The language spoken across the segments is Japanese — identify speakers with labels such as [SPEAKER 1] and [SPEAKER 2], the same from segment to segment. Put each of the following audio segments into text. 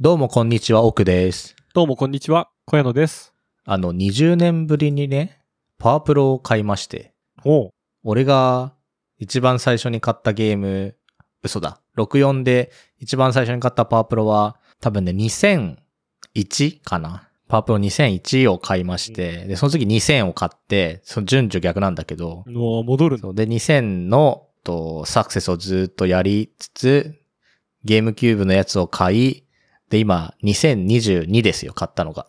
[SPEAKER 1] どうもこんにちは、奥です。
[SPEAKER 2] どうもこんにちは、小屋野です。
[SPEAKER 1] あの、20年ぶりにね、パワープロを買いまして、
[SPEAKER 2] おう。
[SPEAKER 1] 俺が一番最初に買ったゲーム、嘘だ、64で一番最初に買ったパワープロは、多分ね、2001かな。パワープロ2001を買いまして、で、その次2000を買って、その順序逆なんだけど、
[SPEAKER 2] もう戻るの。
[SPEAKER 1] そうで、2000のとサクセスをずっとやりつつ、ゲームキューブのやつを買い、で、今、2022ですよ、買ったのが。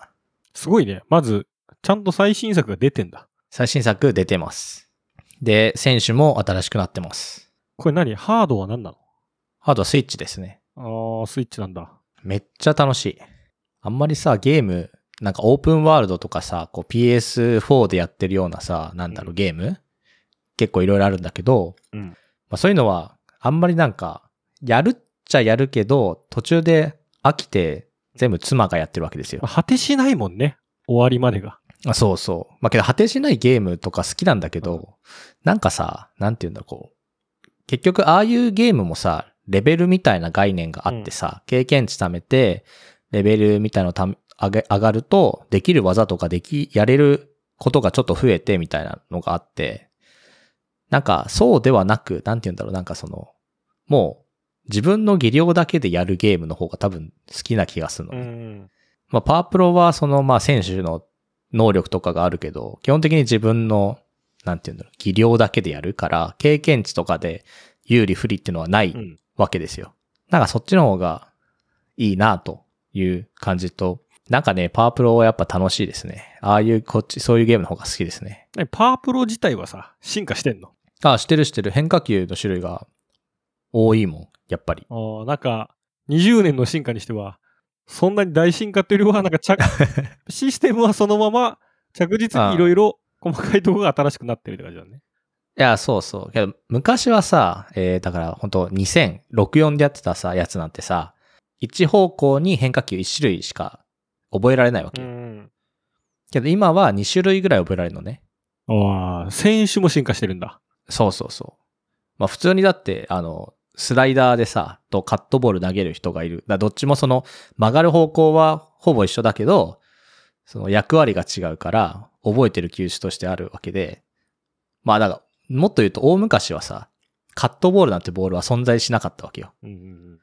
[SPEAKER 2] すごいね。まず、ちゃんと最新作が出てんだ。
[SPEAKER 1] 最新作出てます。で、選手も新しくなってます。
[SPEAKER 2] これ何ハードは何な
[SPEAKER 1] あとはスイッチですね。
[SPEAKER 2] のあー、スイッチなんだ。
[SPEAKER 1] めっちゃ楽しい。あんまりさ、ゲーム、なんかオープンワールドとかさ、こう PS4 でやってるようなさ、なんだろ
[SPEAKER 2] う
[SPEAKER 1] う、ゲーム結構いろいろあるんだけど、
[SPEAKER 2] うん
[SPEAKER 1] まあ、そういうのは、あんまりなんか、やるっちゃやるけど、途中で飽きて、全部妻がやってるわけですよ
[SPEAKER 2] ま。あ果てしないもんね。終わりまでが。
[SPEAKER 1] あそうそう。まあけど果てしないゲームとか好きなんだけど、なんかさ、なんていうんだろう、こう。結局ああいうゲームもさ、レベルみたいな概念があってさ、経験値貯めて、レベルみたいのため上げ上がると、できる技とかでき、やれることがちょっと増えてみたいなのがあって、なんかそうではなく、なんていうんだろう、なんかその、もう自分の技量だけでやるゲームの方が多分好きな気がするのね。
[SPEAKER 2] ん。
[SPEAKER 1] まあ、パワープロはその、まあ、選手の能力とかがあるけど、基本的に自分の、なんていうんだろう、技量だけでやるから、経験値とかで有利不利っていうのはな
[SPEAKER 2] う
[SPEAKER 1] い
[SPEAKER 2] ん。
[SPEAKER 1] わけですよ。なんかそっちの方がいいなという感じと、なんかね、パワープロはやっぱ楽しいですね。ああいう、こっち、そういうゲームの方が好きですね。
[SPEAKER 2] 何パワープロ自体はさ、進化してんの
[SPEAKER 1] あ、してるしてる。変化球の種類が多いもん、やっぱり。
[SPEAKER 2] あーなんか、20年の進化にしては、そんなに大進化というよりは、なんか 着、システムはそのまま、着実にいろいろ細かいところが新しくなってるって感じだね。
[SPEAKER 1] いや、そうそう。けど、昔はさ、えー、だから、本当2064でやってたさ、やつなんてさ、一方向に変化球一種類しか覚えられないわけよ。
[SPEAKER 2] ん。
[SPEAKER 1] けど、今は二種類ぐらい覚えられるのね。
[SPEAKER 2] ああ、選手も進化してるんだ。
[SPEAKER 1] そうそうそう。まあ、普通にだって、あの、スライダーでさ、とカットボール投げる人がいる。だからどっちもその、曲がる方向はほぼ一緒だけど、その役割が違うから、覚えてる球種としてあるわけで、まあ、だから、もっと言うと、大昔はさ、カットボールなんてボールは存在しなかったわけよ。
[SPEAKER 2] うんうん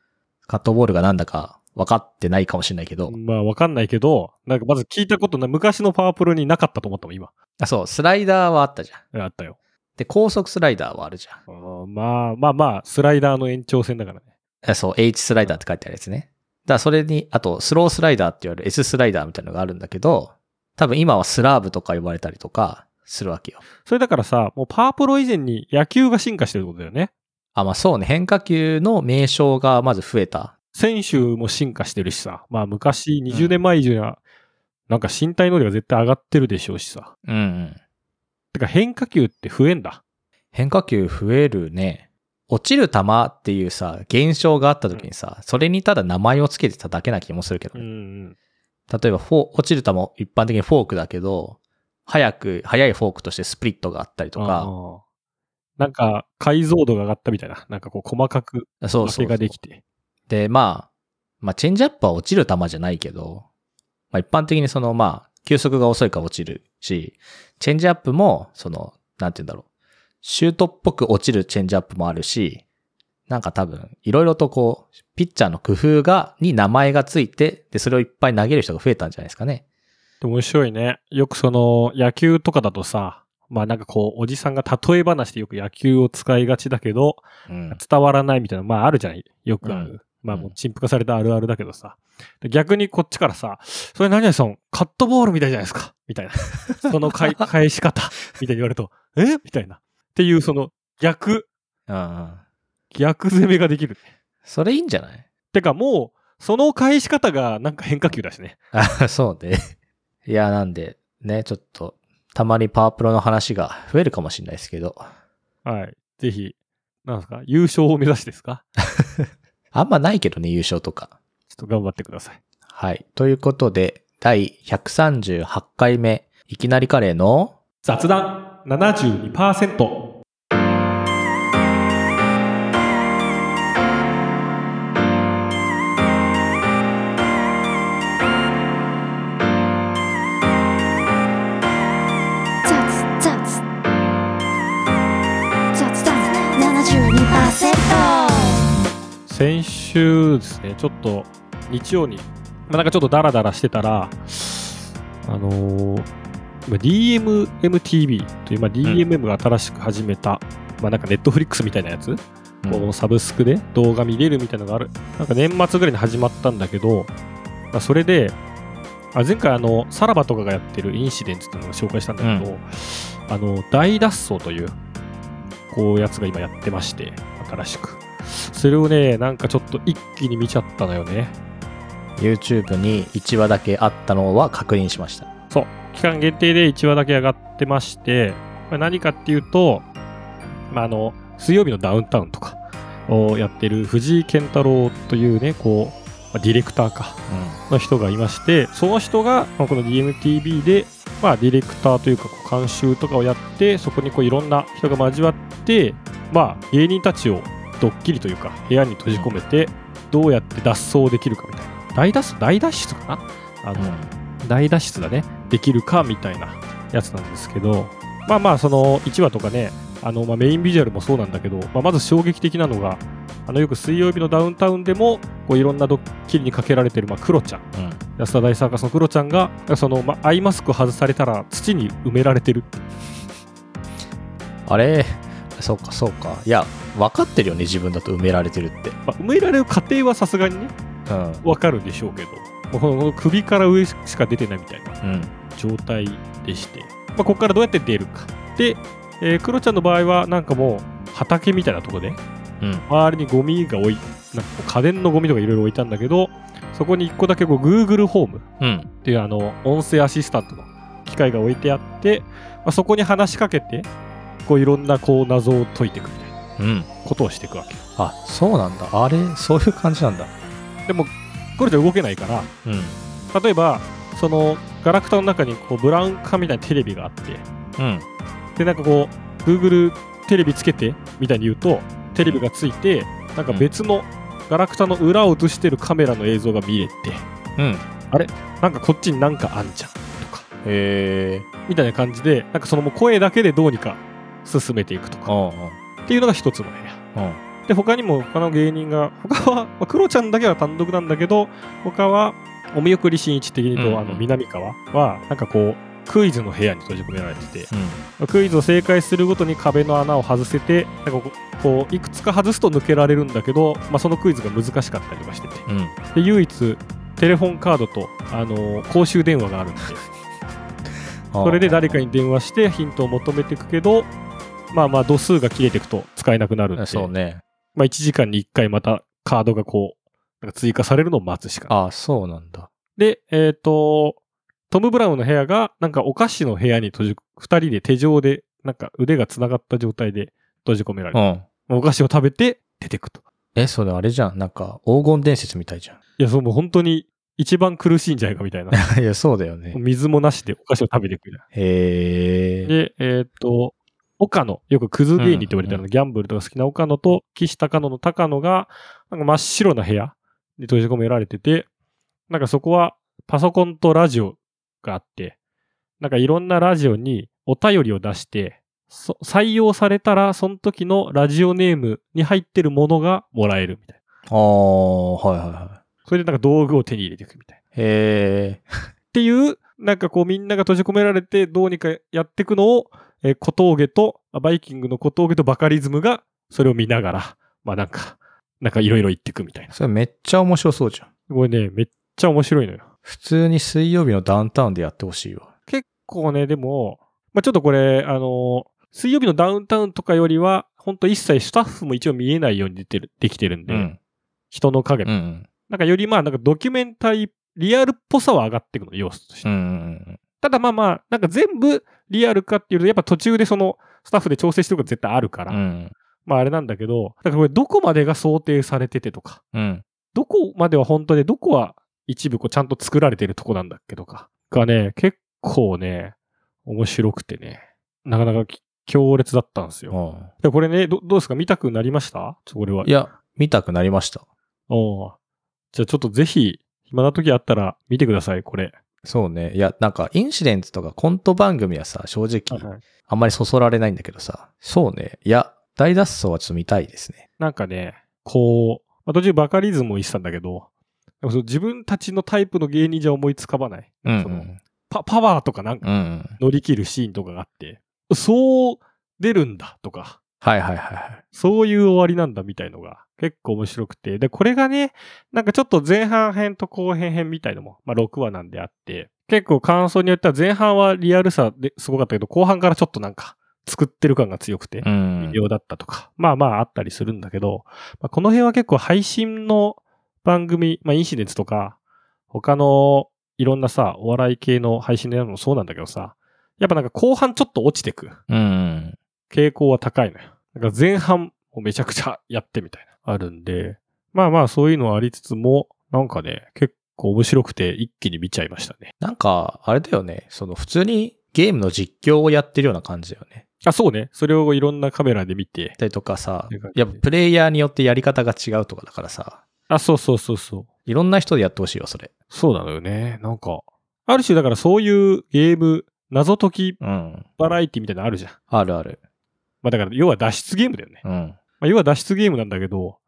[SPEAKER 1] カットボールがなんだか分かってないかもしれないけど、
[SPEAKER 2] まあ、わかんないけど、なんかまず聞いたことない、昔のパワープロになかったと思ったもん、今。
[SPEAKER 1] あ、そう、スライダーはあったじゃん。
[SPEAKER 2] あったよ。
[SPEAKER 1] で、高速スライダーはあるじゃん。
[SPEAKER 2] まあまあまあ、スライダーの延長線だからね。
[SPEAKER 1] えそう、H スライダーって書いてあるやつね。だからそれに、あと、スロースライダーって言われる S スライダーみたいなのがあるんだけど、多分今はスラーブとか呼ばれたりとかするわけよ。
[SPEAKER 2] それだからさ、もうパワープロ以前に野球が進化してるってことだよね。
[SPEAKER 1] あ、まあそうね、変化球の名称がまず増えた。
[SPEAKER 2] 選手も進化してるしさ、まあ昔、20年前以上には、なんか身体能力が絶対上がってるでしょうしさ。
[SPEAKER 1] うん、うん。
[SPEAKER 2] てか変化球って増えんだ。
[SPEAKER 1] 変化球増えるね。落ちる球っていうさ、現象があった時にさ、それにただ名前をつけてただけな気もするけどね。
[SPEAKER 2] ん。
[SPEAKER 1] 例えばフォー、落ちる球、一般的にフォークだけど、早く、速いフォークとしてスプリットがあったりとか、
[SPEAKER 2] か。なんか解像度が上がったみたいな。なんかこう細か
[SPEAKER 1] そう
[SPEAKER 2] く分
[SPEAKER 1] そうそ
[SPEAKER 2] け
[SPEAKER 1] う
[SPEAKER 2] ができて。
[SPEAKER 1] で、まあ、まあ、チェンジアップは落ちる球じゃないけど、まあ、一般的にその、まあ、球速が遅いから落ちるし、チェンジアップも、その、なんて言うんだろう、シュートっぽく落ちるチェンジアップもあるし、なんか多分、いろいろとこう、ピッチャーの工夫が、に名前がついて、で、それをいっぱい投げる人が増えたんじゃないですかね。
[SPEAKER 2] でも面白いね。よくその野球とかだとさ、まあなんかこう、おじさんが例え話でよく野球を使いがちだけど、
[SPEAKER 1] うん。
[SPEAKER 2] 伝わらないみたいな、まああるじゃないよくある。
[SPEAKER 1] う
[SPEAKER 2] まあ
[SPEAKER 1] うん
[SPEAKER 2] もう陳腐化されたあるあるだけどさ。で逆にこっちからさ、それ何々さん、カットボールみたいじゃないですかみたいな。 その返返し方みたいに言われると、えみたいな。っていうその逆、
[SPEAKER 1] うんうん。
[SPEAKER 2] 逆攻めができる。
[SPEAKER 1] それいいんじゃない
[SPEAKER 2] てかもう、その返し方がなんか変化球だしね。
[SPEAKER 1] あ、そうね。いや、なんで、ね、ちょっと、たまにパワープロの話が増えるかもしれないですけど、
[SPEAKER 2] はい。ぜひ、なんですか優勝を目指してですか
[SPEAKER 1] あんまないけどね、優勝とか。
[SPEAKER 2] ちょっと頑張ってください。
[SPEAKER 1] はい。ということで、第138回目、いきなりカレーの、
[SPEAKER 2] 雑談72%。先週ですね、ちょっと日曜に、まあ、なんかちょっとダラダラしてたら、あのーまあ DMMTV という、まあ、DMM が新しく始めた、まあ、なんかネットフリックスみたいなやつ、
[SPEAKER 1] うん
[SPEAKER 2] こうサブスクで動画見れるみたいなのがある、なんか年末ぐらいに始まったんだけど、まあそれで、あ前回あの、さらばとかがやってるインシデンツっていうのを紹介したんだけど、あの大脱走という、こうやつが今やってまして、新しく。それをね、なんかちょっと一気に見ちゃったのよね。
[SPEAKER 1] YouTube に1話だけあったのは確認しました。
[SPEAKER 2] そう、期間限定で1話だけ上がってまして、まあ何かっていうと、まあ、あの水曜日のダウンタウンとかをやってる藤井健太郎というね、こう、まあディレクターか、の人がいまして、その人が、まあこの DMTV で、まあ、ディレクターというか、こう監修とかをやって、そこにこういろんな人が交わって、まあ、芸人たちをドッキリというか、部屋に閉じ込めて、どうやって脱走できるかみたいな。大脱走大脱出かなあ
[SPEAKER 1] う
[SPEAKER 2] の、
[SPEAKER 1] ん。うん。
[SPEAKER 2] 大脱出だねできるかみたいなやつなんですけどまあまあその1話とかねあの、まあ、メインビジュアルもそうなんだけど、まあ、まず衝撃的なのがあのよく水曜日のダウンタウンでもこういろんなドッキリにかけられてる、まあ、クロちゃん
[SPEAKER 1] うん
[SPEAKER 2] 安田大サーカスのクロちゃんがその、まあ、アイマスク外されたら土に埋められてる
[SPEAKER 1] あれそうかそうか。いや、分かってるよね、自分だと埋められてるって。
[SPEAKER 2] まあ、埋められる過程はさすがにね
[SPEAKER 1] うん。
[SPEAKER 2] わかるでしょうけどもうこのこの首から上しか出てないみたいな
[SPEAKER 1] うん。
[SPEAKER 2] 状態でして、まあ、ここからどうやって出るかで、えークロちゃんの場合はなんかもう畑みたいなとこで
[SPEAKER 1] うん。
[SPEAKER 2] 周りにゴミが置いなんかこう家電のゴミとかいろいろ置いたんだけどそこに1個だけこう Google ホーム
[SPEAKER 1] うん。
[SPEAKER 2] っていうあの音声アシスタントの機械が置いてあって、まあ、そこに話しかけてこういろんなこう謎を解いていくみたいな
[SPEAKER 1] うん。
[SPEAKER 2] ことをしていくわけ
[SPEAKER 1] あ、そうなんだ。あれそういう感じなんだ。
[SPEAKER 2] でもクロちゃん動けないから
[SPEAKER 1] うん。
[SPEAKER 2] 例えばそのガラクタの中にこうブラウン管みたいなテレビがあって
[SPEAKER 1] うん。
[SPEAKER 2] でなんかこう Google テレビつけてみたいに言うとテレビがついてなんか別のガラクタの裏を映してるカメラの映像が見れて
[SPEAKER 1] うん。
[SPEAKER 2] なんかこっちになんかあんじゃん
[SPEAKER 1] へえ。
[SPEAKER 2] みたいな感じでなんかそのもう声だけでどうにか進めていくと
[SPEAKER 1] う
[SPEAKER 2] か
[SPEAKER 1] んうん。
[SPEAKER 2] っていうのが一つの部屋
[SPEAKER 1] うん。
[SPEAKER 2] で他にも他の芸人が他は、まあ、クロちゃんだけは単独なんだけど他はお見送りしんいち的に
[SPEAKER 1] うんうん
[SPEAKER 2] とあの南川はなんかこうクイズの部屋に閉じ込められててクイズを正解するごとに壁の穴を外せてなんかこうこういくつか外すと抜けられるんだけど、まあ、そのクイズが難しかったりとかしてて
[SPEAKER 1] うん。うん。
[SPEAKER 2] で唯一テレフォンカードと、あのー公衆電話があるんでそれで誰か
[SPEAKER 1] に。
[SPEAKER 2] に電話してヒントを求めていくけどまあまあ度数が切れていくと使えなくなるんで、
[SPEAKER 1] そうね。
[SPEAKER 2] まあ、1時間に1回またカードがこうなんか追加されるのを待つしかない
[SPEAKER 1] あ、そうなんだ。
[SPEAKER 2] でえっ、とトム・ブラウンの部屋がなんかお菓子の部屋に閉じ2人で手錠でなんか腕がつながった状態で閉じ込められて
[SPEAKER 1] うん。
[SPEAKER 2] お菓子を食べて出てくと。
[SPEAKER 1] え、それあれじゃん。なんか、黄金伝説みたいじゃ
[SPEAKER 2] いや、そう、もう本当に一番苦しいんじゃないかみたいな。
[SPEAKER 1] ん。いや、そうだよ ね。
[SPEAKER 2] 水もなしでお菓子を食べていくみたい
[SPEAKER 1] へ
[SPEAKER 2] な。
[SPEAKER 1] え。
[SPEAKER 2] で、えーっと、岡野、よくクズ芸人って言われてる
[SPEAKER 1] うん
[SPEAKER 2] の、ギャンブルとか好きな岡野と岸高野の高野が、なんか真っ白な部屋に閉じ込められてて、なんかそこはパソコンとラジオがあって、なんかいろんなラジオにお便りを出して、そ採用されたら、その時のラジオネームに入ってるものがもらえるみたいな。
[SPEAKER 1] ああ、はいはいは
[SPEAKER 2] それでなんか道具を手に入れていくみたいな。
[SPEAKER 1] い。へえ。
[SPEAKER 2] っていう、なんかこうみんなが閉じ込められてどうにかやっていくのを、えー小峠と、あバイキングの小峠とバカリズムがそれを見ながら、 まあなんか、なんかいろいろ言っていくみたいな。
[SPEAKER 1] それめっちゃ面白そうじゃん。
[SPEAKER 2] これね、めっちゃ面白いのよ。
[SPEAKER 1] 普通に水曜日のダウンタウンでやってほしいわ。
[SPEAKER 2] 結構ね、でも、まあちょっとこれ、あのー水曜日のダウンタウンとかよりは、ほんと一切スタッフも一応見えないように出てる、できてるんで、
[SPEAKER 1] うん。
[SPEAKER 2] 人の影
[SPEAKER 1] う
[SPEAKER 2] も、
[SPEAKER 1] ん。
[SPEAKER 2] なんかよりまあなんかドキュメンタリー、リアルっぽさは上がっていくの、要素として。
[SPEAKER 1] うん。うん。
[SPEAKER 2] ただまあまあ、なんか全部リアルかっていうと、やっぱ途中でそのスタッフで調整してること絶対あるから、
[SPEAKER 1] うん。
[SPEAKER 2] まああれなんだけど、だからこれどこまでが想定されててとか、
[SPEAKER 1] うん。
[SPEAKER 2] どこまでは本当で、どこは一部こうちゃんと作られてるとこなんだっけとか、がね、結構ね、面白くてね、なかなかき強烈だったんですよ。
[SPEAKER 1] うん
[SPEAKER 2] でこれねど、どうですか見たくなりましたちょこれは。
[SPEAKER 1] いや、見たくなりました。
[SPEAKER 2] おうじゃあちょっとぜひ、暇な時あったら見てください、これ。
[SPEAKER 1] そうね。いや、なんか、インシデンツとかコント番組はさ、正直、あんまりそそられないんだけどさ。そうね。いや、大脱走はちょっと見たいですね。
[SPEAKER 2] なんかね、こう、まあ、途中バカリズムも言ってたんだけど、でもその自分たちのタイプの芸人じゃ思いつかばない。
[SPEAKER 1] うんう
[SPEAKER 2] その
[SPEAKER 1] ん。
[SPEAKER 2] パパワーとかなんか
[SPEAKER 1] うんうん。
[SPEAKER 2] 乗り切るシーンとかがあって、そう出るんだとか、
[SPEAKER 1] はいはいはいはい。
[SPEAKER 2] そういう終わりなんだみたいのが結構面白くて。で、これがね、なんかちょっと前半編と後編編みたいのも、まあ6話なんであって、結構感想によっては前半はリアルさですごかったけど、後半からちょっとなんか作ってる感が強くて
[SPEAKER 1] う、ん
[SPEAKER 2] 微。妙だったとか、まあまああったりするんだけど、まあ、この辺は結構配信の番組、まあインシデンツとか、他のいろんなさ、お笑い系の配信でやるのもそうなんだけどさ、やっぱなんか後半ちょっと落ちてく
[SPEAKER 1] うん。
[SPEAKER 2] 傾向は高いのよ。なんか前半をめちゃくちゃやってみたいな、あるんで、まあまあそういうのはありつつも、なんかね、結構面白くて一気に見ちゃいましたね。
[SPEAKER 1] なんか、あれだよね。その普通にゲームの実況をやってるような感じだよね。
[SPEAKER 2] あ、そうね。それをいろんなカメラで見て、
[SPEAKER 1] でとかさ
[SPEAKER 2] って感、じ
[SPEAKER 1] やっぱプレイヤーによってやり方が違うとかだからさ、
[SPEAKER 2] あ、そうそうそうそう。
[SPEAKER 1] いろんな人でやってほしいよ、それ。
[SPEAKER 2] そうなのよね。なんか、ある種だからそういうゲーム、謎解き
[SPEAKER 1] うん。
[SPEAKER 2] バラエティみたいなのあるじゃん。
[SPEAKER 1] あるある。
[SPEAKER 2] まあだから、要は脱出ゲームだよね。
[SPEAKER 1] うん。
[SPEAKER 2] まあ、要は脱出ゲームなんだけど、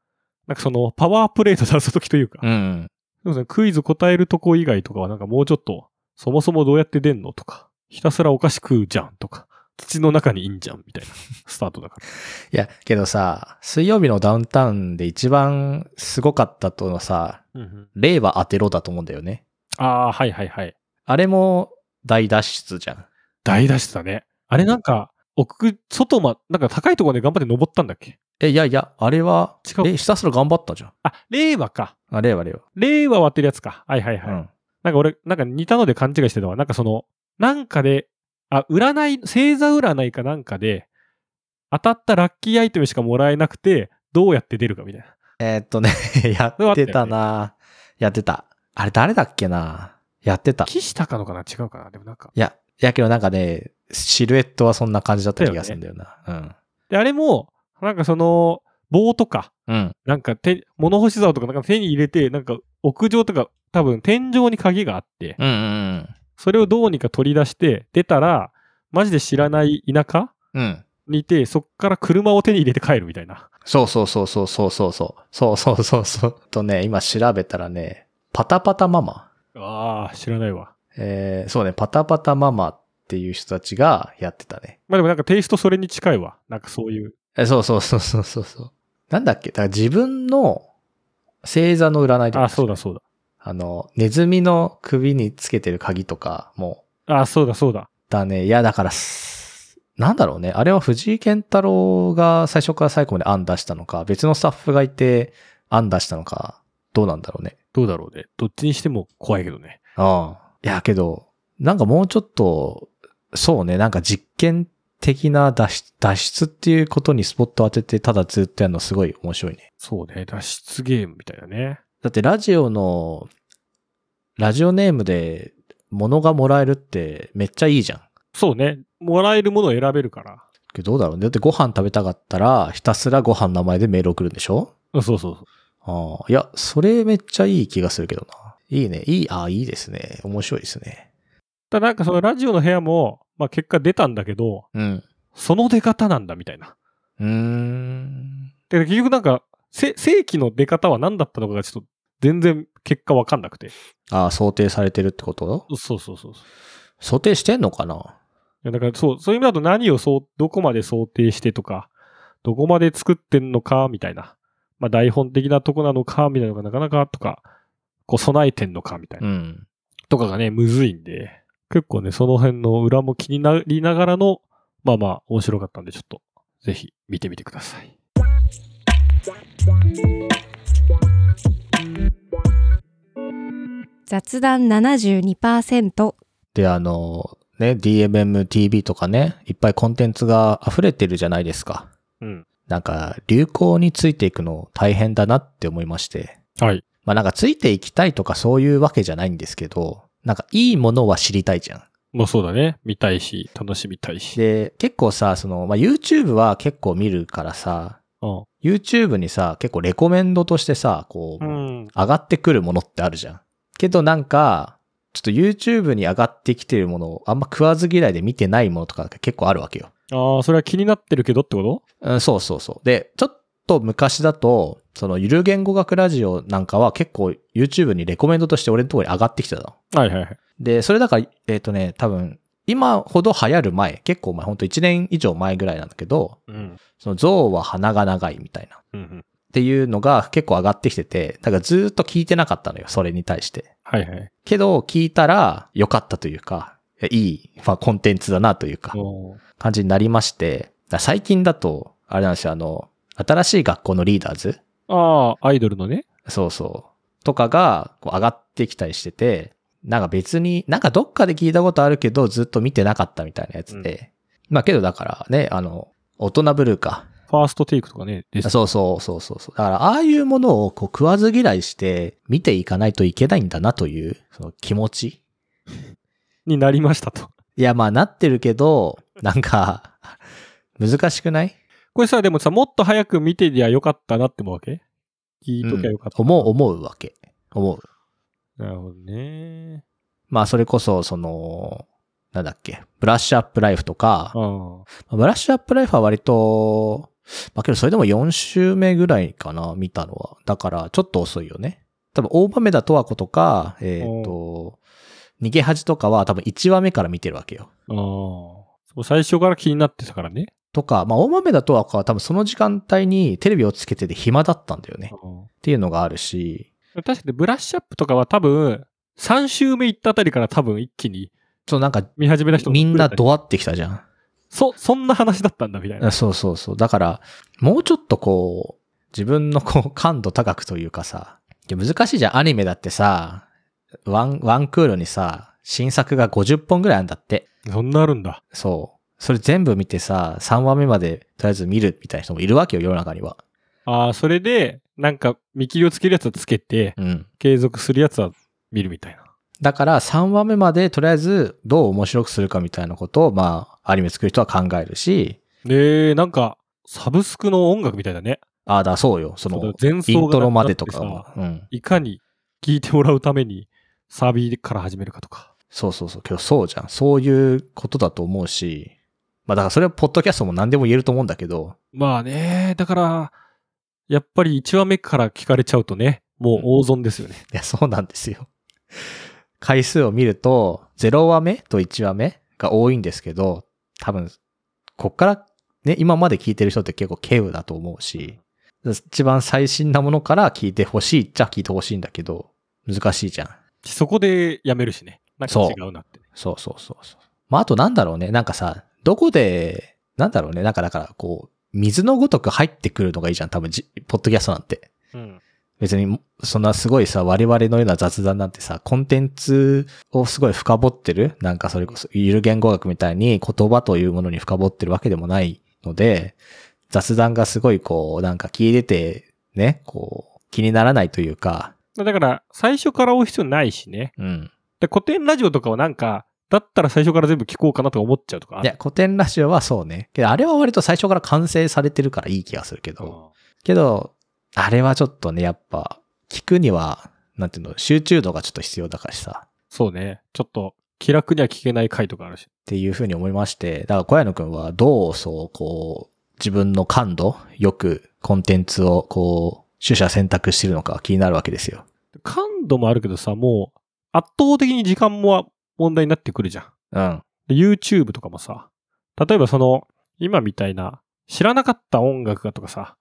[SPEAKER 2] なんかそのパワープレイと謎解きというか、
[SPEAKER 1] うん。
[SPEAKER 2] そうですね、クイズ答えるとこ以外とかはなんかもうちょっと、そもそもどうやって出んのとか、ひたすらお菓子食うじゃんとか、土の中にいんじゃんみたいなスタートだから。
[SPEAKER 1] いや、けどさ、水曜日のダウンタウンで一番すごかったとのさ、 令和当てろだと思うんだよね。
[SPEAKER 2] ああ、はいはいはい。
[SPEAKER 1] あれも大脱出じゃん。
[SPEAKER 2] 大脱出だね。あれなんか、奥、外ま、なんか高いところで頑張って登ったんだっけ
[SPEAKER 1] え、いやいや、あれは
[SPEAKER 2] 違、う
[SPEAKER 1] れひたすら頑張ったじゃん。
[SPEAKER 2] あ、令和か。
[SPEAKER 1] あ、令和令
[SPEAKER 2] 令和割ってるやつか。はいはいは
[SPEAKER 1] 和。
[SPEAKER 2] い。
[SPEAKER 1] うん。
[SPEAKER 2] なんか俺、なんか似たので勘違いしてたわ。なんかその、なんかで、あ、占い、星座占いかなんかで、当たったラッキーアイテムしかもらえなくて、どうやって出るかみたいな。
[SPEAKER 1] えーっとね、 やってたなやってた。あれ誰だっけなやってた。
[SPEAKER 2] 岸高のかな違うかなでもなんか。
[SPEAKER 1] いや、いやけどなんかね、シルエットはそんな感じだった気がするんだよな。
[SPEAKER 2] で、あれも、なんかその、棒とか、
[SPEAKER 1] うん。うん。
[SPEAKER 2] なんか手、物干し竿とかなんか手に入れて、なんか屋上とか、多分天井に鍵があって、
[SPEAKER 1] うんうん
[SPEAKER 2] それをどうにか取り出して、出たら、マジで知らない田舎
[SPEAKER 1] うん。うん。
[SPEAKER 2] にいて、そっから車を手に入れて帰るみたいな。
[SPEAKER 1] そうそうそうそうそうそうそう。そうそうそうそう。とね、今調べたらね、パタパタママ。
[SPEAKER 2] ああ、知らないわ。
[SPEAKER 1] えー、そうね、パタパタママっていう人たちがやってたね。
[SPEAKER 2] まあでもなんかテイストそれに近いわ。なんかそういう。
[SPEAKER 1] えそうそうそうそうそうそう。なんだっけだから自分の星座の占いとか。
[SPEAKER 2] あ、そうだそうだ。
[SPEAKER 1] あの、ネズミの首につけてる鍵とかも、
[SPEAKER 2] あ、そうだそうだ。
[SPEAKER 1] だね。いや、だからす、なんだろうね。あれは藤井健太郎が最初から最後まで案出したのか、別のスタッフがいて案出したのか、どうなんだろうね。
[SPEAKER 2] どうだろうね。どっちにしても怖いけどね。
[SPEAKER 1] うん。いや、けど、なんかもうちょっと、そうね、なんか実験的な脱出脱出っていうことにスポット当てて、ただずっとやるのすごい面白いね。
[SPEAKER 2] そうね。脱出ゲームみたいなね。
[SPEAKER 1] だってラジオの、ラジオネームで物がもらえるってめっちゃいいじゃん。
[SPEAKER 2] そうね。もらえるものを選べるから。
[SPEAKER 1] けどどうだろうね。だってご飯食べたかったら、ひたすらご飯の名前でメール送るんでしょ
[SPEAKER 2] うんそうそうそう。
[SPEAKER 1] ああ、いや、それめっちゃいい気がするけどな。いいね。いい、ああ、いいですね。面白いですね。
[SPEAKER 2] ただなんかそのラジオの部屋も、まあ結果出たんだけど、
[SPEAKER 1] うん。
[SPEAKER 2] その出方なんだみたいな。
[SPEAKER 1] うーん。
[SPEAKER 2] で結局なんか、せ正規の出方は何だったのかがちょっと全然結果わかんなくて。
[SPEAKER 1] ああ、想定されてるってこと
[SPEAKER 2] そうそうそうそう。
[SPEAKER 1] 想定してんのかない
[SPEAKER 2] やだからそう、そういう意味だと何をそう、どこまで想定してとか、どこまで作ってんのか、みたいな。まあ台本的なとこなのか、みたいなのがなかなかとか、こう備えてんのか、みたいな。
[SPEAKER 1] ん。
[SPEAKER 2] とかがね、むずいんで、結構ね、その辺の裏も気になりながらの、まあまあ面白かったんで、ちょっと、ぜひ見てみてください。
[SPEAKER 3] 雑談72%
[SPEAKER 1] で、あの、ね、DMMTV とかね、いっぱいコンテンツが溢れてるじゃないですか。
[SPEAKER 2] うん。
[SPEAKER 1] なんか、流行についていくの大変だなって思いまして。
[SPEAKER 2] はい。
[SPEAKER 1] まあなんか、ついていきたいとかそういうわけじゃないんですけど、なんか、いいものは知りたいじゃん。
[SPEAKER 2] まあそうだね。見たいし、楽しみたいし。
[SPEAKER 1] で、結構さ、その、まあ、YouTube は結構見るからさ、
[SPEAKER 2] うん。
[SPEAKER 1] YouTube にさ、結構レコメンドとしてさ、こう、
[SPEAKER 2] うん。
[SPEAKER 1] 上がってくるものってあるじゃん。けどなんか、ちょっと YouTube に上がってきてるものをあんま食わず嫌いで見てないものとかが結構あるわけよ。
[SPEAKER 2] ああ、それは気になってるけどってこと
[SPEAKER 1] うん、そうそうそう。で、ちょっと昔だと、そのゆる言語学ラジオなんかは結構 YouTube にレコメンドとして俺のところに上がってきてたの。
[SPEAKER 2] はいはいはい。
[SPEAKER 1] で、それだから、えっ、とね、多分、今ほど流行る前、結構前、ほんと1年以上前ぐらいなんだけど、
[SPEAKER 2] うん。
[SPEAKER 1] その象は鼻が長いみたいな。っ
[SPEAKER 2] うんうん。
[SPEAKER 1] ていうのが結構上がってきてて、だからずーっと聞いてなかったのよ、それに対して。
[SPEAKER 2] はいはい。
[SPEAKER 1] けど、聞いたら良かったというか、いい、まあ、コンテンツだなというか、
[SPEAKER 2] おー
[SPEAKER 1] 感じになりまして、だから最近だと、あれなんですよ、あの、新しい学校のリーダーズ
[SPEAKER 2] ああ、アイドルのね。
[SPEAKER 1] そうそう。とかがこう上がってきたりしてて、なんか別に、なんかどっかで聞いたことあるけど、ずっと見てなかったみたいなやつで。まあけどだからね、あの、大人ブルーか。
[SPEAKER 2] ファーストテイクとかね。です
[SPEAKER 1] そうそうそうそうそう。だから、ああいうものをこう食わず嫌いして見ていかないといけないんだなという、その気持ち。
[SPEAKER 2] になりましたと。
[SPEAKER 1] いや、まあなってるけど、なんか、難しくない
[SPEAKER 2] これさ、でもさ、もっと早く見てりゃよかったなって思うわけ聞いときゃよかった。
[SPEAKER 1] 思う、思うわけ。思う。
[SPEAKER 2] なるほどね。
[SPEAKER 1] まあそれこそ、その、なんだっけ、ブラッシュアップライフとか、
[SPEAKER 2] あ
[SPEAKER 1] ブラッシュアップライフは割と、まあけどそれでも4週目ぐらいかな、見たのは。だからちょっと遅いよね。多分大場目だとはことか、えっ、と、逃げ恥とかは多分1話目から見てるわけよ。
[SPEAKER 2] あ。ああ。そう最初から気になってたからね。
[SPEAKER 1] とか、まあ大豆だとはかは多分その時間帯にテレビをつけてて暇だったんだよね。っていうのがあるし、
[SPEAKER 2] 確かにブラッシュアップとかは多分、3週目行ったあたりから多分一気に
[SPEAKER 1] そうなんか
[SPEAKER 2] 見始めた人も
[SPEAKER 1] みんな
[SPEAKER 2] 増えたり
[SPEAKER 1] ドワってきたじゃん。
[SPEAKER 2] そ、そんな話だったんだみたいな。
[SPEAKER 1] そうそうそう。だから、もうちょっとこう、自分のこう、感度高くというかさ、いや難しいじゃん。アニメだってさ、ワン、ワンクールにさ、新作が50本ぐらいあるんだって。
[SPEAKER 2] そんなあるんだ。
[SPEAKER 1] そう。それ全部見てさ、3話目までとりあえず見るみたいな人もいるわけよ、世の中には。
[SPEAKER 2] ああ、それで、なんか見切りをつけるやつはつけて、
[SPEAKER 1] うん。
[SPEAKER 2] 継続するやつは見るみたいな。
[SPEAKER 1] だから、3話目までとりあえずどう面白くするかみたいなことを、まあ、アニメ作る人は考えるし、
[SPEAKER 2] で、なんか、サブスクの音楽みたいだね。
[SPEAKER 1] ああ、だ、そうよ。そ
[SPEAKER 2] そうだ
[SPEAKER 1] の
[SPEAKER 2] よ、前奏
[SPEAKER 1] イ
[SPEAKER 2] がなくなってさ
[SPEAKER 1] ントロまでとかも。うん。
[SPEAKER 2] いかに聴いてもらうためにサビから始めるかとか。
[SPEAKER 1] そうそうそう。けどそうじゃん。そういうことだと思うし。まあだからそれはポッドキャストも何でも言えると思うんだけど。
[SPEAKER 2] まあね、だから、やっぱり1話目から聞かれちゃうとね、もう大損ですよね。
[SPEAKER 1] いや、そうなんですよ。 回数を見ると、0話目と1話目が多いんですけど、多分、こっからね、今まで聞いてる人って結構軽有だと思うし、一番最新なものから聞いてほしいっちゃ聞いてほしいんだけど、難しいじゃん。
[SPEAKER 2] そこでやめるしね。なんか
[SPEAKER 1] そう
[SPEAKER 2] 違うなってね。
[SPEAKER 1] そうそうそうそう。まあ、あとなんだろうね。なんかさ、どこで、なんだろうね。なんかだから、こう、水のごとく入ってくるのがいいじゃん。多分じ、ポッドキャストなんて。
[SPEAKER 2] うん。
[SPEAKER 1] 別に、そんなすごいさ、我々のような雑談なんてさ、コンテンツをすごい深掘ってる。なんかそれこそ、ゆる言語学みたいに言葉というものに深掘ってるわけでもないので、雑談がすごいこう、なんか聞いてて、ね、こう、気にならないというか、
[SPEAKER 2] だから、最初から追う必要ないしね。
[SPEAKER 1] うん。
[SPEAKER 2] で、古典ラジオとかはなんか、だったら最初から全部聞こうかなとか思っちゃうとかあ
[SPEAKER 1] い
[SPEAKER 2] る。
[SPEAKER 1] や、古典ラジオはそうね。けど、あれは割と最初から完成されてるからいい気がするけ
[SPEAKER 2] う
[SPEAKER 1] ど。
[SPEAKER 2] ん
[SPEAKER 1] けど、あれはちょっとね、やっぱ、聞くには、なんていうの、集中度がちょっと必要だからさ、っ
[SPEAKER 2] そうね。ちょっと、気楽には聞けない回とかあるし。
[SPEAKER 1] ていうふうに思いまして、だから小谷野くんは、どうそう、こう、自分の感度、よくコンテンツを、こう、取捨選択してるのか気になるわけですよ。
[SPEAKER 2] 感度もあるけどさ、もう、圧倒的に時間も問題になってくるじゃん。
[SPEAKER 1] うん。
[SPEAKER 2] で YouTube とかもさ、例えばその、今みたいな、知らなかった音楽がとかさ、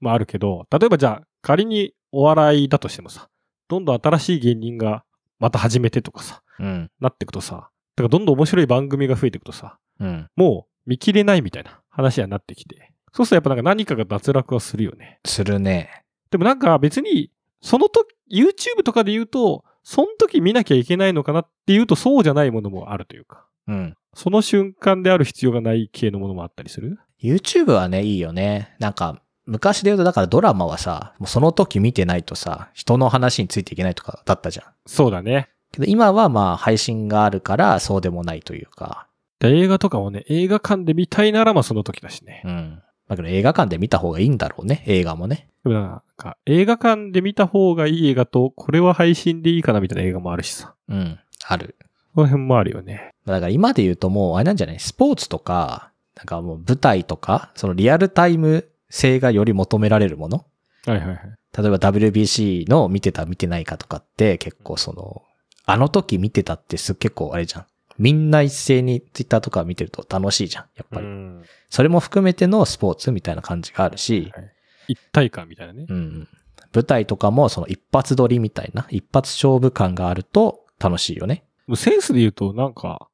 [SPEAKER 2] まああるけど、例えばじゃあ、仮にお笑いだとしてもさ、どんどん新しい芸人がまた始めてとかさ、
[SPEAKER 1] うん。
[SPEAKER 2] なってくとさ、だからどんどん面白い番組が増えていくとさ、
[SPEAKER 1] うん。
[SPEAKER 2] もう見切れないみたいな話にはなってきて、そうするとやっぱなんか何かが脱落はするよね。
[SPEAKER 1] するね。
[SPEAKER 2] でもなんか別に、その時、YouTube とかで言うと、その時見なきゃいけないのかなっていうとそうじゃないものもあるというか。
[SPEAKER 1] うん。
[SPEAKER 2] その瞬間である必要がない系のものもあったりする
[SPEAKER 1] YouTube はね、いいよね。なんか、昔で言うと、だからドラマはさ、もうその時見てないとさ、人の話についていけないとかだったじゃん。
[SPEAKER 2] そうだね。
[SPEAKER 1] けど今はまあ配信があるからそうでもないというか、
[SPEAKER 2] で映画とかもね、映画館で見たいならまあその時だしね。
[SPEAKER 1] うん。だけど映画館で見た方がいいんだろうね、映画もね。
[SPEAKER 2] でもなんか、映画館で見た方がいい映画と、これは配信でいいかなみたいな映画もあるしさ。
[SPEAKER 1] うん。ある。
[SPEAKER 2] その辺もあるよね。
[SPEAKER 1] だから今で言うともうあれなんじゃないスポーツとか、なんかもう舞台とか、そのリアルタイム性がより求められるもの
[SPEAKER 2] はいはいはい。
[SPEAKER 1] 例えば WBC の見てた見てないかとかって結構その、あの時見てたってす結構あれじゃん。みんな一斉に Twitter とか見てると楽しいじゃん、やっぱり。
[SPEAKER 2] うん
[SPEAKER 1] それも含めてのスポーツみたいな感じがあるし、
[SPEAKER 2] はい一体感みたいなね。
[SPEAKER 1] うん。舞台とかもその一発撮りみたいな、一発勝負感があると楽しいよね。
[SPEAKER 2] もうセンスで言うと、なんか、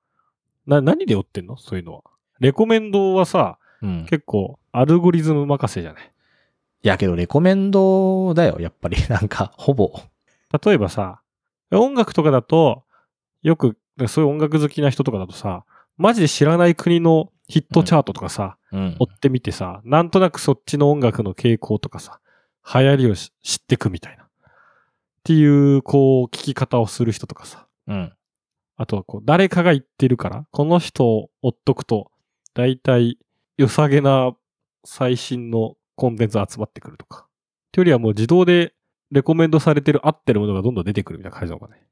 [SPEAKER 2] な、何で追ってんのそういうのは。レコメンドはさ、
[SPEAKER 1] うん。
[SPEAKER 2] 結構、アルゴリズム任せじゃない。
[SPEAKER 1] いやけどレコメンドだよ、やっぱり。 なんか、ほぼ。
[SPEAKER 2] 例えばさ、音楽とかだと、よく、そういう音楽好きな人とかだとさ、マジで知らない国のヒットチャートとかさ、
[SPEAKER 1] うん
[SPEAKER 2] 追ってみてさ、なんとなくそっちの音楽の傾向とかさ、流行りをし知ってくみたいな。っていう、こう、聞き方をする人とかさ。
[SPEAKER 1] うん。
[SPEAKER 2] あとはこう、誰かが言ってるから、この人を追っとくと、だいたい良さげな最新のコンテンツ集まってくるとか。ってよりはもう自動でレコメンドされてる合ってるものがどんどん出てくるみたいな感じなのかね。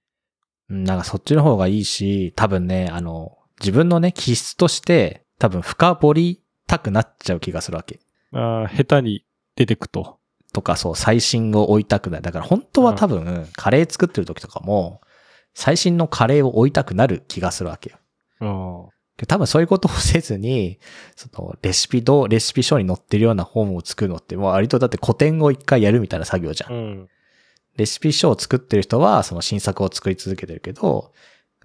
[SPEAKER 1] うんなんかそっちの方がいいし、多分ね、あの、自分のね、気質として、多分深掘りたくなっちゃう気がするわけ。
[SPEAKER 2] あー下手に出てくと。
[SPEAKER 1] とか、そう、最新を追いたくない。だから本当は多分、カレー作ってる時とかも、最新のカレーを追いたくなる気がするわけよ。
[SPEAKER 2] あ
[SPEAKER 1] で多分そういうことをせずに、その、レシピとレシピ書に載ってるような本を作るのって、もう割とだって古典を一回やるみたいな作業じゃん。
[SPEAKER 2] ん。
[SPEAKER 1] レシピ書を作ってる人は、その新作を作り続けてるけど、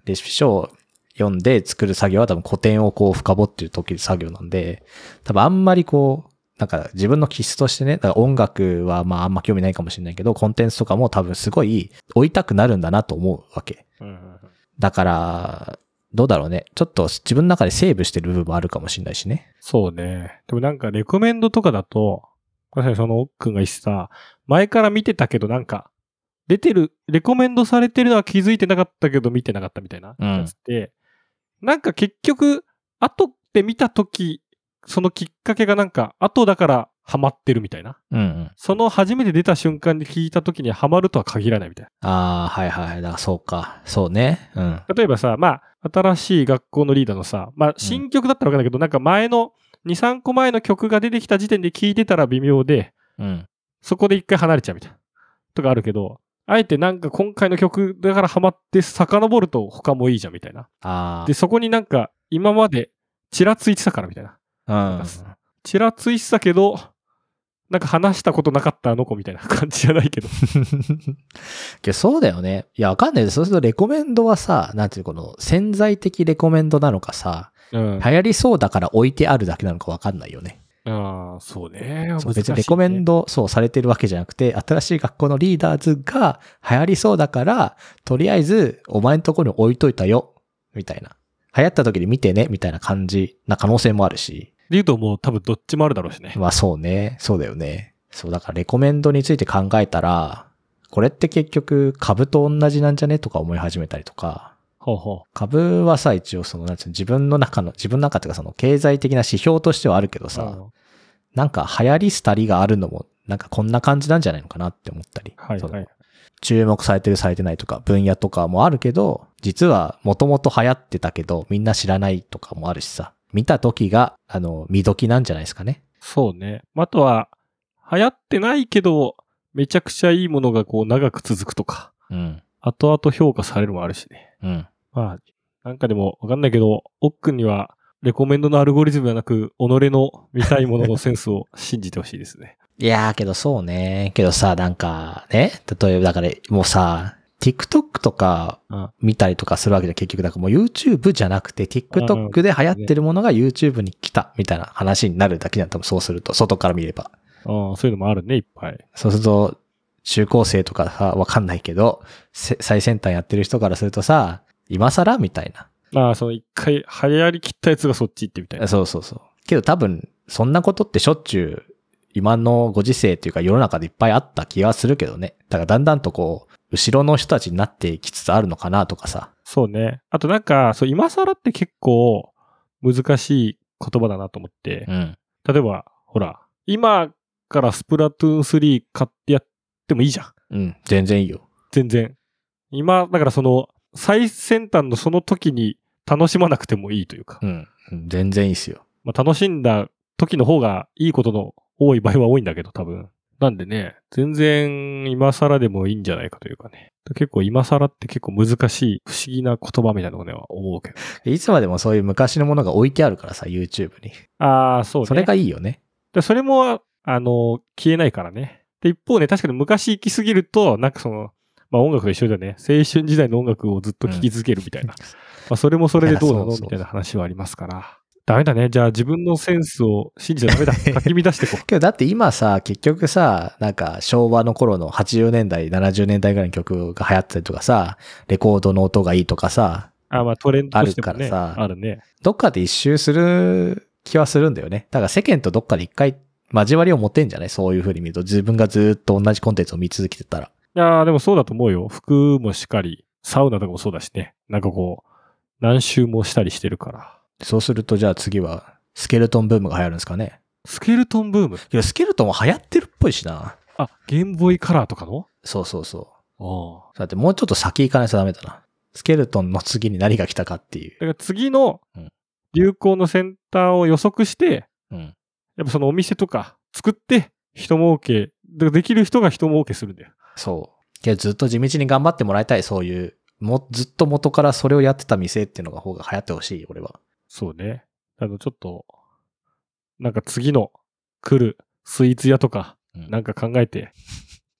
[SPEAKER 1] レシピ書を読んで作る作業は多分古典をこう深掘ってる時の作業なんで、多分あんまりこう、なんか自分の気質としてね、だから音楽はまああんま興味ないかもしれないけど、コンテンツとかも多分すごい追いたくなるんだなと思うわけ。だから、どうだろうね。ちょっと自分の中でセーブしてる部分もあるかもしれないしね。
[SPEAKER 2] そうね。でもなんかレコメンドとかだと、まさにその奥くんが言ってた、前から見てたけどなんか、出てる、レコメンドされてるのは気づいてなかったけど見てなかったみたいな
[SPEAKER 1] うん
[SPEAKER 2] やつで、なんか結局、後で見た時そのきっかけがなんか、後だからハマってるみたいな。
[SPEAKER 1] うんうん。
[SPEAKER 2] その初めて出た瞬間に聞いた時にハマるとは限らないみたいな。
[SPEAKER 1] ああ、はいはい。だからそうか。そうね。うん。
[SPEAKER 2] 例えばさ、まあ、新しい学校のリーダーのさ、まあ、新曲だったらわかんないけど、なんか前の、2、3個前の曲が出てきた時点で聞いてたら微妙で、
[SPEAKER 1] うん。
[SPEAKER 2] そこで一回離れちゃうみたいな。とかあるけど、あえてなんか今回の曲だからハマって遡ると他もいいじゃんみたいな。
[SPEAKER 1] あ
[SPEAKER 2] で、そこになんか今までちらついてたからみたいな。
[SPEAKER 1] あ。うん。
[SPEAKER 2] ちらついてたけど、なんか話したことなかったあの子みたいな 感じじゃないけど。
[SPEAKER 1] けどそうだよね。いや、わかんない。そうするとレコメンドはさ、なんていうのこの潜在的レコメンドなのかさ、
[SPEAKER 2] うん。
[SPEAKER 1] 流行りそうだから置いてあるだけなのかわかんないよね。
[SPEAKER 2] ああ、そうね。
[SPEAKER 1] そう別にレコメン
[SPEAKER 2] ド。
[SPEAKER 1] ド、そうされてるわけじゃなくて、新しい学校のリーダーズが流行りそうだから、とりあえずお前のところに置いといたよ、みたいな。流行った時に見てね、みたいな感じな可能性もあるし。
[SPEAKER 2] で言うともう多分どっちもあるだろうしね。
[SPEAKER 1] まあそうね。そうだよね。そう、だからレコメンドについて考えたら、これって結局株と同じなんじゃねとか思い始めたりとか、
[SPEAKER 2] ほうほ
[SPEAKER 1] 株はさ、一応その、なんつうの自分の中の、自分の中っていうかその経済的な指標としてはあるけど
[SPEAKER 2] う。
[SPEAKER 1] さ、
[SPEAKER 2] うん
[SPEAKER 1] なんか流行り廃りがあるのも、なんかこんな感じなんじゃないのかなって思ったり、
[SPEAKER 2] はい
[SPEAKER 1] その
[SPEAKER 2] はい。
[SPEAKER 1] 注目されてるされてないとか分野とかもあるけど、実はもともと流行ってたけど、みんな知らないとかもあるしさ、見た時が、あの、見時なんじゃないですかね。
[SPEAKER 2] そうね。あとは、流行ってないけど、めちゃくちゃいいものがこう長く続くとか、
[SPEAKER 1] うん。
[SPEAKER 2] 後々評価されるもあるしね。
[SPEAKER 1] うん。
[SPEAKER 2] まあ、なんかでもわかんないけど、奥君には、レコメンドのアルゴリズムではなく、己の見たいもののセンスを信じてほしいです ね。
[SPEAKER 1] いやーけどそうね。けどさ、なんかね、例えばだからもうさ、TikTok とか
[SPEAKER 2] うん
[SPEAKER 1] 見たりとかするわけじゃん結局だからもう YouTube じゃなくて TikTok で流行ってるものが YouTube に来たみたいな話になるだけじゃん多分そうすると外から見れば。
[SPEAKER 2] ああそういうのもあるね、いっぱい。
[SPEAKER 1] そうすると中高生とかさ、わかんないけど、せ最先端やってる人からするとさ、今更みたいな。
[SPEAKER 2] ああ、その一回流行りきったやつがそっち行ってみたいな。
[SPEAKER 1] そうそうそう。けど多分、そんなことってしょっちゅう、今のご時世というか世の中でいっぱいあった気がするけどね。だからだんだんとこう、後ろの人たちになってきつつあるのかなとかさ。
[SPEAKER 2] そうね。あとなんか、そう、今更って結構難しい言葉だなと思って、
[SPEAKER 1] うん。
[SPEAKER 2] 例えば、ほら、今からスプラトゥーン3買ってやってもいいじゃん。
[SPEAKER 1] うん。全然いいよ。
[SPEAKER 2] 全然。今、だからその、最先端のその時に楽しまなくてもいいというか、
[SPEAKER 1] うん。うん全然いいっすよ。
[SPEAKER 2] まあ、楽しんだ時の方がいいことの多い場合は多いんだけど、多分。なんでね、全然今更でもいいんじゃないかというかね。結構今更って結構難しい不思議な言葉みたいなのをね、思うけど。
[SPEAKER 1] いつまでもそういう昔のものが置いてあるからさ、YouTube に。
[SPEAKER 2] ああ、そうね。
[SPEAKER 1] それがいいよね。
[SPEAKER 2] で、それも、あの、消えないからね。で、一方ね、確かに昔行きすぎると、なんかその、まあ音楽と一緒だよね。青春時代の音楽をずっと聴き続けるみたいな。まあそれもそれでどう ない
[SPEAKER 1] や
[SPEAKER 2] の
[SPEAKER 1] そうそう
[SPEAKER 2] みたいな話はありますから。ダメだね。じゃあ自分のセンスを信じちゃ ダメだ。かき乱してこう。
[SPEAKER 1] けどだって今さ、結局さ、なんか昭和の頃の80年代、70年代ぐらいの曲が流行ってたりとかさ、レコードの音がいいとかさ、
[SPEAKER 2] あ、まあトレンドとしても
[SPEAKER 1] ある
[SPEAKER 2] ね。
[SPEAKER 1] からさ
[SPEAKER 2] あるね。
[SPEAKER 1] どっかで一周する気はするんだよね。だから世間とどっかで一回交わりを持てんじゃないそういう風に見ると、自分がずっと同じコンテンツを見続けてたら。
[SPEAKER 2] いやーでもそうだと思うよ。服もしっかり、サウナとかもそうだしね。なんかこう、何周もしたりしてるから。
[SPEAKER 1] そうするとじゃあ次は、スケルトンブームが流行るんですかね。
[SPEAKER 2] スケルトンブーム。
[SPEAKER 1] いや、スケルトンも流行ってるっぽいしな。
[SPEAKER 2] あ、ゲームボーイカラーとかの
[SPEAKER 1] そうそうそう。
[SPEAKER 2] ああ。
[SPEAKER 1] だってもうちょっと先行かないとダメだな。スケルトンの次に何が来たかっていう
[SPEAKER 2] だ。から次の
[SPEAKER 1] うん
[SPEAKER 2] 流行のセンターを予測して、
[SPEAKER 1] うん。
[SPEAKER 2] やっぱそのお店とか作って、人儲け、でできる人が人儲けするんだよ。
[SPEAKER 1] そう。けどずっと地道に頑張ってもらいたい、そういう。も、ずっと元からそれをやってた店っていうのが方が流行ってほしい、俺は。
[SPEAKER 2] そうね。あの、ちょっと、なんか次の来るスイーツ屋とか、
[SPEAKER 1] うん
[SPEAKER 2] なんか考えて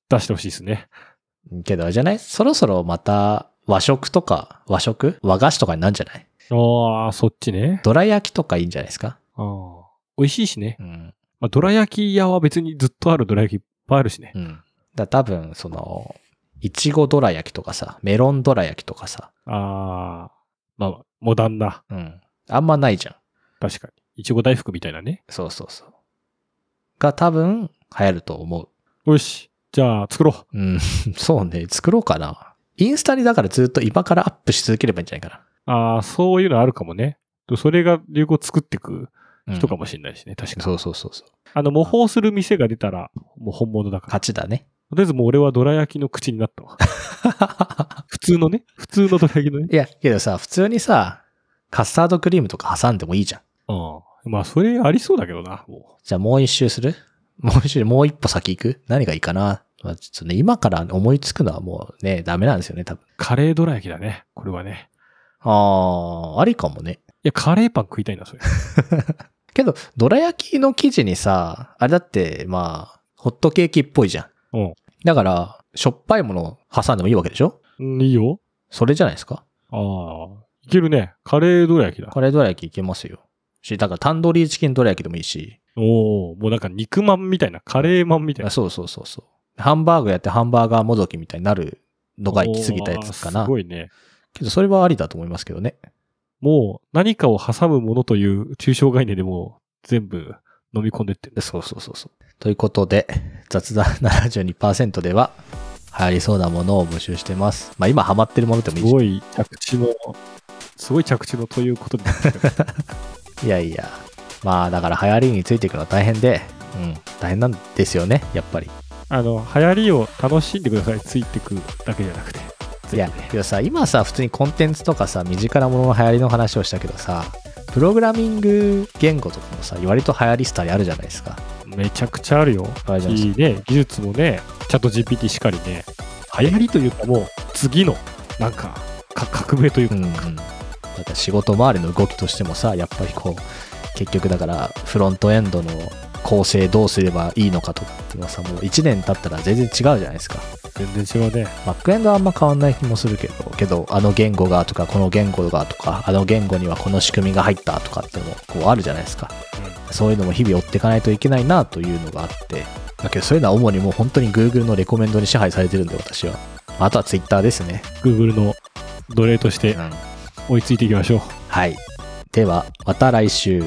[SPEAKER 2] 出してほしいですね。
[SPEAKER 1] けどあれじゃないそろそろまた和食とか、和食和菓子とかになるんじゃない
[SPEAKER 2] ああ、そっちね。
[SPEAKER 1] どら焼きとかいいんじゃないですか
[SPEAKER 2] あー美味しいしね。
[SPEAKER 1] うん。
[SPEAKER 2] まあ、どら焼き屋は別にずっとあるどら焼きいっぱいあるしね。
[SPEAKER 1] うん。だから多分、その、いちごどら焼きとかさ、メロンどら焼きとかさ、
[SPEAKER 2] ああ、まあ、モダンな。
[SPEAKER 1] うん。あんまないじゃん。
[SPEAKER 2] 確かに。いちご大福みたいなね。
[SPEAKER 1] そうそうそう。が多分、流行ると思う。
[SPEAKER 2] よし。じゃあ、作ろう。
[SPEAKER 1] うん、 そうね。作ろうかな。インスタにだからずっと今からアップし続ければいいんじゃないか
[SPEAKER 2] ああ、そういうのあるかもね。それが流行作っていく
[SPEAKER 1] な。
[SPEAKER 2] 人か
[SPEAKER 1] も。
[SPEAKER 2] もしれないしね、確かに。
[SPEAKER 1] そうそうそうそう。
[SPEAKER 2] あの、模倣する店が出たら、もう本物だから。
[SPEAKER 1] 勝ちだね。
[SPEAKER 2] とりあえずもう俺はどら焼きの口になったわ。普通のね、普通のどら焼きのね。
[SPEAKER 1] いや、けどさ、普通にさ、カスタードクリームとか挟んでもいいじゃん。
[SPEAKER 2] うん。まあ、それありそうだけどな、も
[SPEAKER 1] じゃあもう一周するもう一周、もう一歩先行く何がいいかな、まあ、ちょっとね、今から思いつくのはもうね、ダメなんですよね、多分
[SPEAKER 2] う。。カレーどら焼きだね、これはね。
[SPEAKER 1] あー、ありかもね。
[SPEAKER 2] いや、カレーパン食いたいな、それ。
[SPEAKER 1] けど、どら焼きの生地にさ、あれだって、まあ、ホットケーキっぽいじゃん。
[SPEAKER 2] うん
[SPEAKER 1] だから、しょっぱいものを挟んでもいいわけでしょ
[SPEAKER 2] うん、いいよ。
[SPEAKER 1] それじゃないですか
[SPEAKER 2] ああ。いけるね。カレーどら焼きだ。
[SPEAKER 1] カレーどら焼きいけますよ。し、だからタンドリーチキンどら焼きでもいいし。
[SPEAKER 2] おおもうなんか肉まんみたいな、カレーまんみたい
[SPEAKER 1] あ
[SPEAKER 2] な。
[SPEAKER 1] そうそうそうそう。ハンバーグやってハンバーガーもどきみたいになるのが行き過ぎたやつか
[SPEAKER 2] おー
[SPEAKER 1] な
[SPEAKER 2] す。ごいね。
[SPEAKER 1] けど、それはありだと思いますけどね。
[SPEAKER 2] もう何かを挟むものという抽象概念でもう全部飲み込んでってる。
[SPEAKER 1] そうそうそうそう。ということで、雑談72%では、流行りそうなものを募集してます。まあ今ハマってるものでもい
[SPEAKER 2] す
[SPEAKER 1] いし
[SPEAKER 2] ごい着地の、すごい着地のということで。
[SPEAKER 1] いやいや。まあだから流行りについていくのは大変で、うん、大変なんですよね、やっぱり。
[SPEAKER 2] あの、流行りを楽しんでください。ついてくだけじゃなくて。
[SPEAKER 1] いや、けどさ、今さ、普通にコンテンツとかさ、身近なものの流行りの話をしたけどさ、プログラミング言語とかもさ、割と流行りスタりあるじゃないですか。
[SPEAKER 2] めちゃくちゃあるよ。
[SPEAKER 1] あれじゃないです
[SPEAKER 2] いいね。技術もね、チャット GPT しかりね。流行りというかもう次の、なんか、か革命という
[SPEAKER 1] か。
[SPEAKER 2] か、
[SPEAKER 1] うん、うん。また仕事周りの動きとしてもさ、やっぱりこう、結局だから、フロントエンドの構成どうすればいいのかとかっていうのはさ、もう1年経ったら全然違うじゃないですか。
[SPEAKER 2] 全然違うね。
[SPEAKER 1] バックエンドはあんま変わんない気もするけど、けど、あの言語がとか、この言語がとか、あの言語にはこの仕組みが入ったとかっていうのも、こうあるじゃないですか。そういうのも日々追っていかないといけないなというのがあって、だけどそういうのは主にもう本当に Google のレコメンドに支配されてるんで、私は。あとは Twitter ですね。
[SPEAKER 2] Google の奴隷として追いついていきましょう。
[SPEAKER 1] はい。では、また来週。